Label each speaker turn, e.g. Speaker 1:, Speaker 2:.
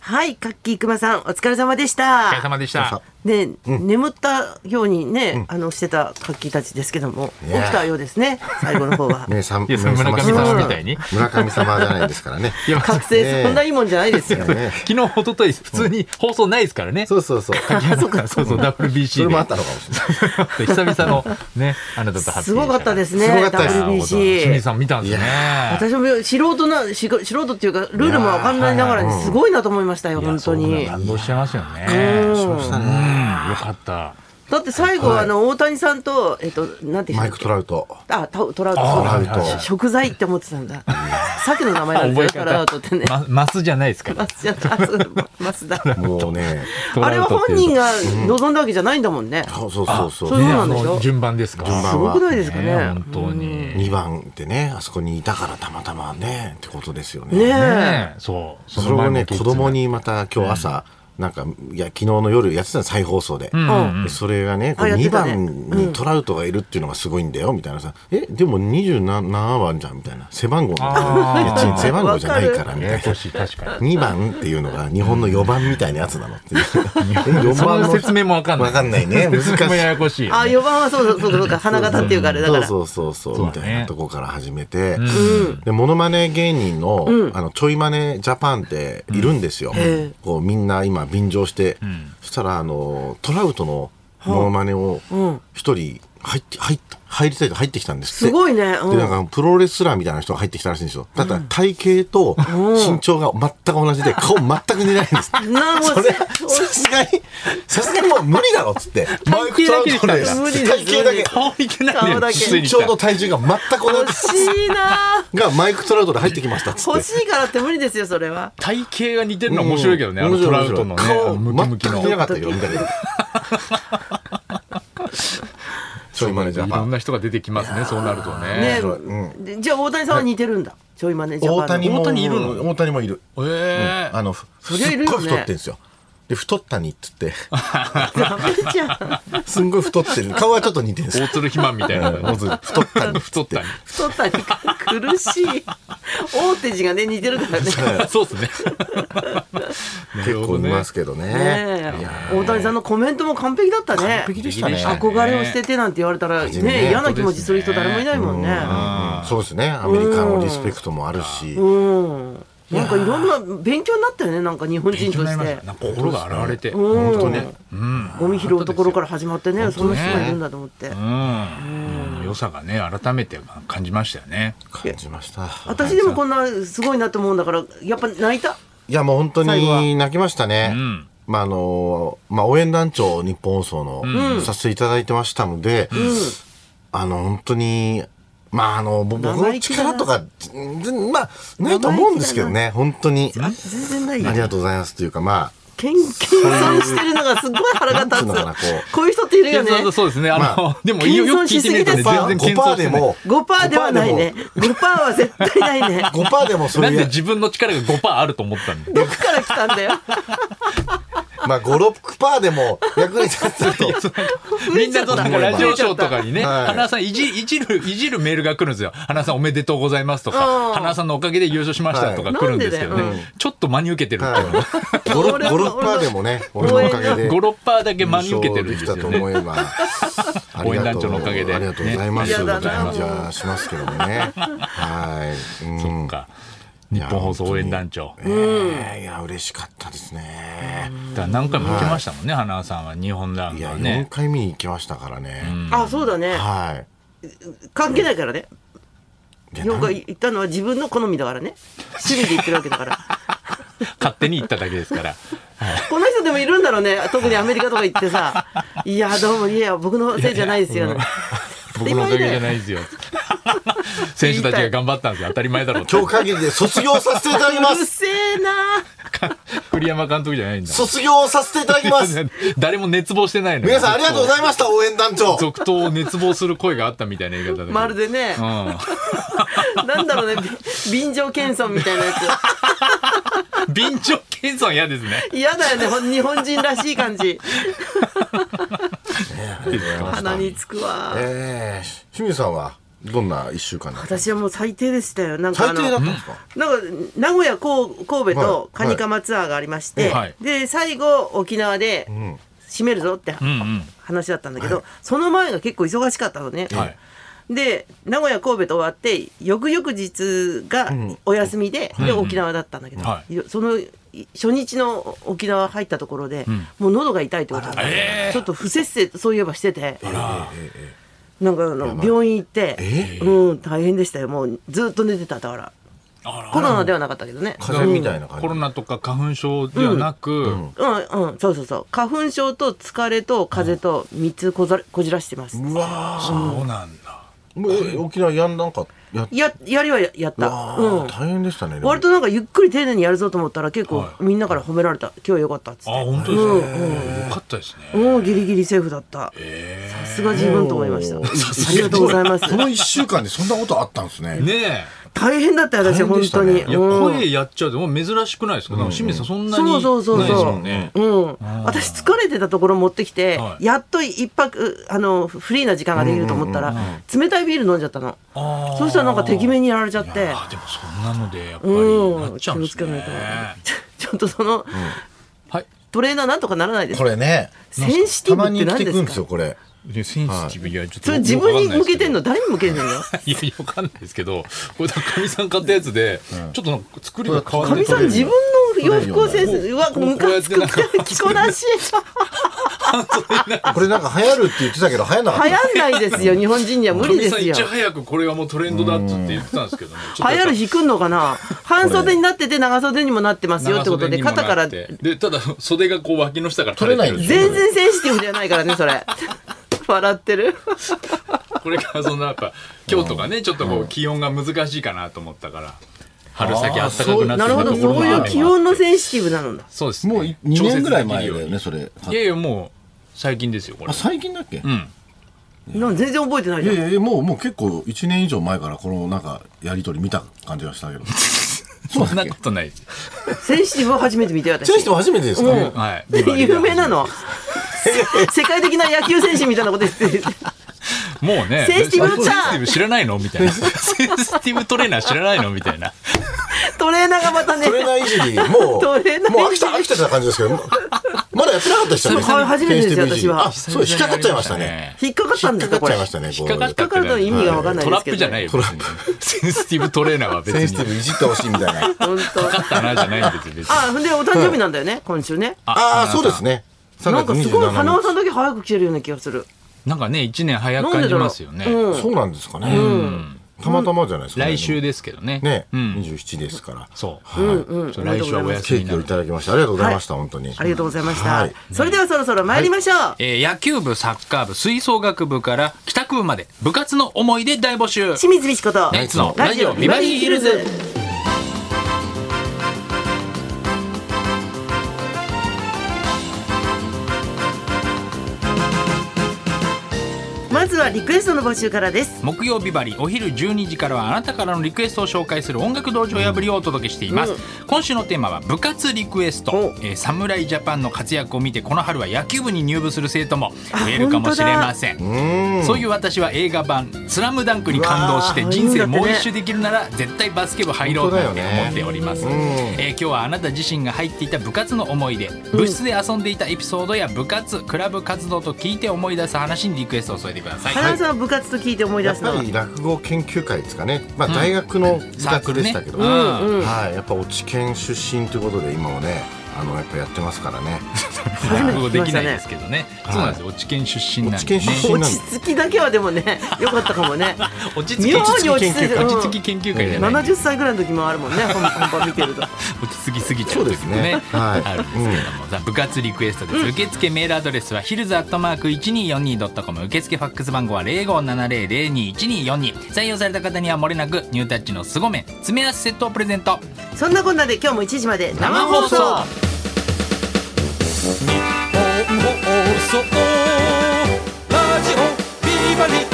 Speaker 1: はい、カッキーくまさん、お疲れ様でし
Speaker 2: お疲れ
Speaker 1: た。
Speaker 2: 様でした。
Speaker 1: ね、眠ったようにね、あの、してたカッキーたちですけども、起き
Speaker 3: ね
Speaker 1: たようですね、最後の方は。
Speaker 3: ね、さん
Speaker 2: いやそれ村上様みたいに
Speaker 3: 村上様じゃないですからね。
Speaker 2: いや、
Speaker 1: 覚醒、
Speaker 3: ね
Speaker 1: そんないいもんじゃないですよ。
Speaker 3: ね
Speaker 2: 昨日、一昨日普通に放送ないですからね。
Speaker 3: そうそ うそう。
Speaker 2: いやそうか、そうそう、
Speaker 3: そ
Speaker 2: WBC
Speaker 3: れ
Speaker 2: で
Speaker 3: もあったのかもしれない。
Speaker 2: 久々のね、あなたとハッピ
Speaker 1: す
Speaker 2: ー。。
Speaker 1: ごかったですすね、
Speaker 3: すごかったです
Speaker 2: 清水
Speaker 1: WBC。
Speaker 2: さん見たんですね。
Speaker 1: 私も素人な、し素人っていうか、ルールもわかんないながらに、すごいなと思いましたよ、
Speaker 2: いや
Speaker 1: 本当に
Speaker 2: そう。感動しちゃいましたよね。
Speaker 1: うん
Speaker 2: うん、よかった。
Speaker 1: だって最後、
Speaker 3: はい
Speaker 1: あの、大谷さんと、えっと、なんて言
Speaker 3: マ
Speaker 1: う
Speaker 3: イ
Speaker 1: んで
Speaker 3: ク
Speaker 1: したっ
Speaker 3: トラウト。
Speaker 1: けあ、トトラウト、
Speaker 2: あ
Speaker 1: そうだ
Speaker 3: トラウト
Speaker 1: 食材って思ってたんだ。鮭の名前なんですよ、トラウトってね。
Speaker 2: まマスじゃないですから。
Speaker 1: マ スじゃあそうマスだ。
Speaker 3: もうね。
Speaker 1: あれは本人
Speaker 2: が。
Speaker 1: が望んだわけじゃないんだもんね。
Speaker 3: そうそうそうそう。
Speaker 1: そういうのな
Speaker 2: あ
Speaker 1: んでしょ
Speaker 2: の順番ですか。
Speaker 3: 順番
Speaker 1: すごくないですか
Speaker 2: ね
Speaker 1: ね
Speaker 2: 本。当に。
Speaker 3: 2番でね、あそこにいたからたまたまね、ってことですよね。
Speaker 1: ねえ。
Speaker 2: ねえそう。
Speaker 3: それをね、子供
Speaker 2: に。
Speaker 3: にまた今日朝、なんか、いや、昨日の夜やってたの再放送で。
Speaker 1: うん
Speaker 3: でそれがね、こ
Speaker 1: あ
Speaker 3: う
Speaker 1: やって
Speaker 3: 2
Speaker 1: たね
Speaker 3: 番にトラウトがいるっていうのがすごいんだよ、みたいなさ、え、でも27番じゃん、みたいな。背番号みたい
Speaker 2: あー
Speaker 3: な。いや背番号じゃないから、み
Speaker 2: やや
Speaker 3: たいな
Speaker 2: こ。しい、確かに。
Speaker 3: 2番っていうのが日本の4番みたいなやつ なのっていう。4
Speaker 2: その説明もわかんない。
Speaker 3: わかんないね。難しい。
Speaker 2: 説明もややこしいよね。
Speaker 1: あ、4番はそうだそうだそうか、花形っていうかあれだから。
Speaker 3: そうそうそうそう
Speaker 2: そう
Speaker 3: み
Speaker 2: だね
Speaker 3: たいなとこから始めて、
Speaker 1: ん
Speaker 3: でモノマネ芸人の,、あのちょいマネジャパンっているんですよ、
Speaker 1: ええ
Speaker 3: こうみんな今便乗して、
Speaker 2: ん
Speaker 3: そしたらあのトラウトのモノマネを
Speaker 1: うん
Speaker 3: 一人入って入って入りたいと入ってきたんですって
Speaker 1: すごいね。う
Speaker 3: でなん
Speaker 1: ん。
Speaker 3: かプロレスラーみたいな人が入ってきたらしいんですよ。ただ体型と身長が全く同じで顔全く似てないんです。
Speaker 1: なるほ
Speaker 3: そ
Speaker 1: ど
Speaker 3: れ、さすがに、さすがにもう無理だろっつ って。マイク・トラウトのやつ
Speaker 1: 無理です
Speaker 3: 体型だけ。
Speaker 2: 顔いけないのよ
Speaker 1: 顔だけ
Speaker 2: 普通に
Speaker 3: 身
Speaker 2: 来た
Speaker 3: 長と体重が全く同
Speaker 1: 欲
Speaker 3: じ
Speaker 1: しい な。
Speaker 3: がマイク・トラウトで入ってきましたっつって
Speaker 1: 欲。しいからって無理ですよ、それは。
Speaker 2: 体型が似てるのは面白いけどね、あのトラウトのね、あ
Speaker 3: 顔
Speaker 2: のムキムキの。
Speaker 3: 全く似なか
Speaker 2: い
Speaker 3: ったよ、見たけど。 ちょいマネージャーパ
Speaker 2: ろん
Speaker 3: ン。
Speaker 2: な人が出てきますね、そうなるとね。
Speaker 1: ね
Speaker 3: 白いう
Speaker 1: でじゃあ大谷さんは似てるんだ。ちょいマネージャー
Speaker 3: 大
Speaker 1: パン
Speaker 3: 谷
Speaker 1: の。
Speaker 3: も、
Speaker 2: 大谷いるの
Speaker 3: 大谷もいる。
Speaker 2: ええ
Speaker 3: あの、ふす
Speaker 1: りゃい
Speaker 3: っ
Speaker 1: るよね
Speaker 3: ごい太ってんですよ。で、太ったにっつって、
Speaker 1: ダメじゃん。
Speaker 3: すんごい太ってる。顔はちょっと似てるんです
Speaker 2: 大
Speaker 3: よ。
Speaker 2: 鶴肥満みたいな。
Speaker 3: うん太ったに。
Speaker 2: 太ったり。
Speaker 1: 太ったり苦しい。大手字がね、似てるからね。
Speaker 2: そうですね。
Speaker 3: 結構いますけどね。
Speaker 1: ね
Speaker 3: いや
Speaker 1: え大谷さんのコメントも完璧だったね。
Speaker 3: 完璧でしたね
Speaker 1: 憧れを捨ててなんて言われたら、
Speaker 3: 初めね
Speaker 1: ね、嫌な気持ちする人誰もいないもんね。
Speaker 3: うんそうですね。アメリカンをリスペクトもあるし。
Speaker 1: うん。なんかいろんな勉強になったよね、なんか日本人
Speaker 2: 勉強
Speaker 1: と
Speaker 2: になり
Speaker 1: し
Speaker 2: ましてた。。なんか心が洗われて。う
Speaker 1: うん
Speaker 3: 本当ね。
Speaker 2: ん。
Speaker 1: ゴミ拾うところから始まってね、そんな
Speaker 2: 当ね
Speaker 1: 人がいるんだと思って。
Speaker 2: うん。良さがね、改めて感じましたよね。
Speaker 3: 感じました。
Speaker 1: 私でもこんなすごいなと思うんだから、やっぱ泣いた。
Speaker 3: いやもう本当
Speaker 1: 最後は
Speaker 3: に泣きましたね。
Speaker 2: ん
Speaker 3: まああのまあ応援団長を日本放送のさせていただいてましたので、あの本当に。まああのぼ僕
Speaker 1: 生
Speaker 3: の
Speaker 1: 意気だな
Speaker 3: 力とかうんまあないと思うんですけどね本当に
Speaker 1: あ
Speaker 3: あ
Speaker 1: 全然ない
Speaker 3: り
Speaker 1: よ。
Speaker 3: がとうございますというかま
Speaker 1: けん、謙遜してるのがすごい腹が立
Speaker 3: なんつうのかなこ
Speaker 1: つ。
Speaker 3: う
Speaker 1: こういう人っているよね。
Speaker 2: そうそうですね。あ
Speaker 3: ま
Speaker 2: の
Speaker 3: あ、
Speaker 2: でもよく聞いてみると
Speaker 1: 謙遜しすぎで
Speaker 2: ね、
Speaker 1: す
Speaker 3: あ
Speaker 2: 全然
Speaker 3: 5%
Speaker 2: 謙遜して
Speaker 3: で
Speaker 2: ない
Speaker 3: も
Speaker 1: 5%ではないね。5%は絶対 ないね。
Speaker 3: 5%でもそ
Speaker 2: な
Speaker 3: れ
Speaker 2: ん
Speaker 3: い
Speaker 2: で
Speaker 3: や
Speaker 2: 自分の力が5%あると思ったんだ
Speaker 1: どっから来たんだよ。
Speaker 3: まあ56%でも役に立 つと
Speaker 2: みんな となんかラジオショーとかにね、
Speaker 3: はい
Speaker 2: 花さんいじいじる、いじるメールが来るんですよ。花さんおめでとうございますと
Speaker 1: うん
Speaker 2: か、花さんのおかげで優勝しましたとか
Speaker 1: はい
Speaker 2: 来るんですけどね、
Speaker 1: なんでだ
Speaker 2: ちょっと真に受けてるっていうの。
Speaker 1: 俺は
Speaker 3: 56%でもね俺のおかげ
Speaker 2: 5、
Speaker 3: で
Speaker 2: 6%だけ
Speaker 3: 優
Speaker 2: 真に受けてる
Speaker 3: 勝
Speaker 2: ん
Speaker 3: で
Speaker 2: です
Speaker 3: き
Speaker 2: よ
Speaker 3: たと
Speaker 2: ね。
Speaker 3: 思えばあり
Speaker 2: 応援
Speaker 3: が
Speaker 2: 団
Speaker 3: と
Speaker 2: 長
Speaker 3: う
Speaker 2: のおかげで
Speaker 3: ありがとうございます
Speaker 1: ね
Speaker 3: という
Speaker 1: 嫌だな
Speaker 3: 感じはしますけどもねはいうん
Speaker 2: そっか。日本放送応援団長。
Speaker 3: ねえいや嬉しかったですね
Speaker 2: だから何回も受けましたもんね、花さんは日本団
Speaker 3: いや
Speaker 2: が
Speaker 3: 4
Speaker 2: ね。
Speaker 3: 回見に行きましたからね
Speaker 1: あ、そうだね。
Speaker 3: はい
Speaker 1: 関係ないからね。
Speaker 3: いや
Speaker 1: ヨ
Speaker 3: な
Speaker 1: が
Speaker 3: ん
Speaker 1: 言ったのは自分の好みだからね。趣味で言ってるわけだから。
Speaker 2: 勝手に行っただけですから。
Speaker 1: この人でもいるんだろうね。特にアメリカとか行ってさ。いや、どうも、いや、僕のせいじゃないですよ。
Speaker 2: 僕のおかげじゃないです よ。選手たちが頑張ったんですよ。当たり前だろうって。
Speaker 3: 今日限りで卒業させていただきま
Speaker 1: うる
Speaker 3: す
Speaker 1: せえな。
Speaker 2: 栗山監督じゃないんだ。
Speaker 3: 卒業させていただきます
Speaker 2: 誰も熱望してないのよ
Speaker 3: 皆さんありがとうございました応援団長
Speaker 2: 続投を熱望する声があったみたいな言い方だけど
Speaker 1: まるでね
Speaker 2: う。ん
Speaker 1: なんだろうね。び便乗謙遜みたいなや
Speaker 2: 便乗謙遜嫌ですね
Speaker 1: つ。嫌だよね。ほん日本人らしい感じ。鼻につくわ。
Speaker 3: ええ清水さんはどんな一週間だった
Speaker 1: 私はもう最低でしたよ。なんかあの
Speaker 3: 最低だったんですか
Speaker 1: なんか名古屋こう神戸と
Speaker 3: は
Speaker 1: カ
Speaker 3: い
Speaker 1: ニカマツアーがありまして、
Speaker 2: はい
Speaker 1: で最後沖縄で
Speaker 3: ん
Speaker 1: 締めるぞって
Speaker 2: うんうん。
Speaker 1: 話だったんだけど、その前が結構忙しかったのね。
Speaker 2: はい。
Speaker 1: で名古屋神戸と終わって翌々日が
Speaker 3: ん
Speaker 1: お休みで,、で
Speaker 2: うん
Speaker 1: 沖縄だったんだけど、
Speaker 2: はい
Speaker 1: そのい初日の沖縄入ったところで、
Speaker 2: ん
Speaker 1: もう喉が痛いってことになって
Speaker 2: ええ
Speaker 1: ちょっと不節制とそういえばしてて
Speaker 2: あ
Speaker 1: なんかあの病院行って
Speaker 3: え、
Speaker 1: うん、大変でしたよもうずっと寝てただから
Speaker 2: ら。あら
Speaker 1: コロナではなかったけどね。
Speaker 3: 風邪みたいな感じ
Speaker 2: コロナとか花粉症ではなく、
Speaker 1: うんうん、そうそうそう花粉症と疲れと風邪と3つこざこじらしてます
Speaker 3: うわー
Speaker 2: そうなんだ。
Speaker 3: もうえ沖縄やんなんかやっ
Speaker 1: ややりはややった
Speaker 3: わ
Speaker 1: う
Speaker 3: ー
Speaker 1: ん
Speaker 3: 大変でしたねでも
Speaker 1: 割となんかゆっくり丁寧にやるぞと思ったら結構
Speaker 2: はい
Speaker 1: みんなから褒められた今日よかったっつって
Speaker 2: あ、本当ですね。よかったですね。
Speaker 1: もうギリギリセーフだったさすが自分と思いました
Speaker 3: お
Speaker 1: ありがとうござい ます
Speaker 3: この一週間でそんなことあったんですね。
Speaker 2: ね
Speaker 1: 大変だったよ私
Speaker 3: 大変
Speaker 1: 本
Speaker 3: でした
Speaker 1: 当
Speaker 3: ね
Speaker 1: に
Speaker 2: え。いや、
Speaker 1: うん
Speaker 2: 声やっちゃうってもう珍しくないですか。なんか清水さんそんな
Speaker 1: そう
Speaker 2: にない
Speaker 1: そうそうそう
Speaker 2: ですもんね。
Speaker 1: うん、私疲れてたところ持ってきて、
Speaker 2: はい
Speaker 1: やっと一泊あのフリーな時間ができると思ったら、冷たいビール飲んじゃったの
Speaker 2: あー
Speaker 1: そしたらなんかてきめんにやられちゃって
Speaker 2: あ、でもそんなのでやっぱり
Speaker 1: う
Speaker 2: なんっ
Speaker 1: 気
Speaker 2: ちゃうん
Speaker 1: を
Speaker 2: で
Speaker 1: つ
Speaker 2: す
Speaker 1: けない
Speaker 2: ね
Speaker 1: と。ちょちょっとその、
Speaker 2: はい。
Speaker 1: トレーナーなんとかならないです
Speaker 3: これね、
Speaker 1: センシテ
Speaker 3: た
Speaker 1: ィブ
Speaker 3: ま
Speaker 1: って
Speaker 3: に来
Speaker 1: 何
Speaker 3: て
Speaker 1: で
Speaker 3: く
Speaker 1: す
Speaker 3: ん
Speaker 1: か
Speaker 3: ですよ、これ。
Speaker 2: センシティブいやちょ
Speaker 1: そ
Speaker 2: っと
Speaker 1: れ自分に向けてん
Speaker 2: の。
Speaker 1: の誰に向けてんのよ
Speaker 2: いや、わかんないですけど、これ、かみさん買ったやつで、ちょっとなんか作りが変わ
Speaker 1: かみさん自分の洋服をセンス
Speaker 2: こう
Speaker 1: うわ
Speaker 2: こう
Speaker 1: ムカつく
Speaker 2: こうやってなんか
Speaker 1: 着こなし
Speaker 3: これなんか流行るって言ってたけど、流行んなか
Speaker 1: 流
Speaker 3: っ
Speaker 1: 行んないですよ日本人には無
Speaker 2: か
Speaker 1: 理
Speaker 2: み
Speaker 1: で
Speaker 2: さん
Speaker 1: す
Speaker 2: い
Speaker 1: よ
Speaker 2: ち早くこれはもうトレンドだっつって言ってたんですけどね。ちょっと
Speaker 1: 流
Speaker 2: や
Speaker 1: 行
Speaker 2: っぱ
Speaker 1: る日くんのかな半袖になってて長袖にもなってますよってことで
Speaker 2: 長袖
Speaker 1: 肩
Speaker 2: にも
Speaker 1: か
Speaker 2: な
Speaker 1: ら
Speaker 2: っ
Speaker 1: 全
Speaker 2: てで、ただ、袖がこう脇の下から垂れてる
Speaker 3: 取れないんで
Speaker 1: 然センシティブじゃないからねそれ笑ってる
Speaker 2: これからそんなやっぱ、今日とかね、ちょっとこう気温が難しいかなと思ったから、春先暖かくなって
Speaker 1: なるほど
Speaker 2: きたと
Speaker 1: そ
Speaker 2: ころも
Speaker 1: う
Speaker 2: あ
Speaker 1: い
Speaker 2: れ
Speaker 1: う
Speaker 2: ば
Speaker 1: 気温のセンシティブなのだ
Speaker 2: そうです
Speaker 3: た。
Speaker 2: ね。
Speaker 3: もう2年ぐらい前
Speaker 2: 調節
Speaker 3: だよ
Speaker 2: できる
Speaker 3: ね、
Speaker 2: よ
Speaker 3: それ。
Speaker 2: うにいやいや、もう最近ですよ、これ
Speaker 3: あ。最近だっけ
Speaker 2: う
Speaker 3: い
Speaker 2: ん。
Speaker 1: なんか全然覚えてないじゃ
Speaker 3: や
Speaker 1: ん
Speaker 3: いやいや、もう、もう結構1年以上前からこのなんかやりとり見た感じがしたけど。 そう
Speaker 2: そん
Speaker 3: だ
Speaker 2: な
Speaker 3: っけ
Speaker 2: ことないです。
Speaker 1: センシティブは初めて見て私
Speaker 3: 選手とも初めてですか
Speaker 1: うん
Speaker 2: はい。
Speaker 1: 有名なの世界的な野球選手みたいなこと言ってる
Speaker 2: もうね、
Speaker 1: センシティブ
Speaker 2: セ
Speaker 1: タ
Speaker 2: ン
Speaker 1: ーン
Speaker 2: シティブ知らないのみたいな。センシティブトレーナー知らないのみたいな。
Speaker 1: トレーナーがまたね
Speaker 3: トレーナーいじ り、もう、もう
Speaker 1: トレーナーいじり
Speaker 3: 飽きた、飽きたな感じですけど、まだやってなかったでしたね。
Speaker 1: そうこれ初めてですよ私は
Speaker 3: あ、そう、引っかかっちゃいましたね。。
Speaker 1: 引っかかった
Speaker 3: 引
Speaker 1: ん
Speaker 3: っ
Speaker 1: です
Speaker 3: か
Speaker 1: か
Speaker 3: か
Speaker 1: こ
Speaker 3: っち
Speaker 1: れ
Speaker 3: ゃいましたね、
Speaker 2: 引
Speaker 3: こ
Speaker 2: っ
Speaker 3: う
Speaker 2: かかった
Speaker 1: 引っかかると意味がわかんない
Speaker 2: ト
Speaker 1: で
Speaker 2: ラ
Speaker 1: す
Speaker 2: ッ
Speaker 1: けど
Speaker 2: プじゃないよ。別にセンシティブトレーナーは別
Speaker 3: セン
Speaker 2: に。
Speaker 3: シティブいじってほしいみたいな。
Speaker 1: 本当
Speaker 2: かかったなじゃないんですよ、別に。
Speaker 1: あほんでお誕生日なんだよね今週ね
Speaker 3: ああ、そうですね。
Speaker 1: な
Speaker 3: 3
Speaker 1: んかす
Speaker 3: 月27日
Speaker 1: ごい花輪さんだけ早く来てるような気がする
Speaker 2: なんかね、一年早く
Speaker 1: なん
Speaker 2: 感
Speaker 1: で
Speaker 2: じ
Speaker 1: だろ
Speaker 2: ますよ
Speaker 1: う、
Speaker 2: ね。
Speaker 1: うん
Speaker 3: そうなんですかね。たまたまじゃないですかね。
Speaker 2: 来週ですけどね。
Speaker 3: ね、
Speaker 2: うん。
Speaker 3: 27ですから。
Speaker 2: そう。
Speaker 3: は
Speaker 2: ちょっと来週はお
Speaker 3: い。
Speaker 2: 休
Speaker 3: ケ
Speaker 2: み
Speaker 3: ー
Speaker 2: に
Speaker 3: キ
Speaker 2: な
Speaker 3: を
Speaker 2: る
Speaker 3: い。ただきました。ありがとうございました、本当に。
Speaker 1: ありがとうございました、
Speaker 3: はい
Speaker 1: それではそろそろ参りましょう、
Speaker 2: えー野球部、サッカー部、吹奏楽部から帰宅部まで部活の思い出大募集。
Speaker 1: 清水美智子と
Speaker 2: ナイツのラジオビバリーヒルズ。
Speaker 1: まずはリクエストの募集からです。
Speaker 2: 木曜日バリお昼12時からはあなたからのリクエストを紹介する音楽道場破りをお届けしています、今週のテーマは部活リクエス
Speaker 1: お
Speaker 2: ト、えー、侍ジャパンの活躍を見てこの春は野球部に入部する生徒も増えるかもしれませんそういう私は映画版「スラムダンクに感動して
Speaker 1: うわー
Speaker 2: 人生もう一周できるなら絶対バスケ部入ろうと思っております、
Speaker 3: 本当だよね
Speaker 2: えー今日はあなた自身が入っていた部活の思い出部室で遊んでいたエピソードや部活クラブ活動と聞いて思い出す話にリクエストを添えてください、
Speaker 1: 花輪さんは部活と聞いて思い
Speaker 3: や
Speaker 1: 出
Speaker 3: っ
Speaker 1: すの
Speaker 3: ぱ
Speaker 1: は
Speaker 3: り落語研究会ですかね。まあ、大学の部
Speaker 2: サー
Speaker 3: 活
Speaker 2: クル
Speaker 3: で
Speaker 2: ね
Speaker 3: したけど。
Speaker 2: う
Speaker 3: は
Speaker 2: ん
Speaker 3: い、やっぱ落研出身ということで、今もね、あの、やっぱやってますか らね。
Speaker 1: 初めて
Speaker 2: 覚悟
Speaker 1: 聞きまし
Speaker 2: でき
Speaker 1: た
Speaker 2: な
Speaker 1: ね
Speaker 2: いですけどね。そうなんですよ。落ち研出身なんでね。
Speaker 3: 落研出身
Speaker 1: 落ち着きだけはでもね、良かったかもね。
Speaker 2: 落ち着き
Speaker 1: 妙に落ち着いてる、
Speaker 2: 落ち着き研究会じゃない。
Speaker 1: 七十歳ぐらいの時もあるもんね、本本番見てると。
Speaker 2: 落ち着きすぎちゃう
Speaker 3: そう
Speaker 2: 時
Speaker 3: です
Speaker 2: も
Speaker 3: ね
Speaker 2: ね。
Speaker 3: はい
Speaker 2: あるんですけども、さあ部活リクエストです。受付メールアドレスはヒルズアットマーク一二四二ドットコム。受付ファックス番号は零五七零零二一二四二。採用された方にはもれなくニュータッチの凄麺詰め合わせセットをプレゼント。
Speaker 1: そんなこんなで今日も1時まで生放送。
Speaker 2: 放送ラジオビバリー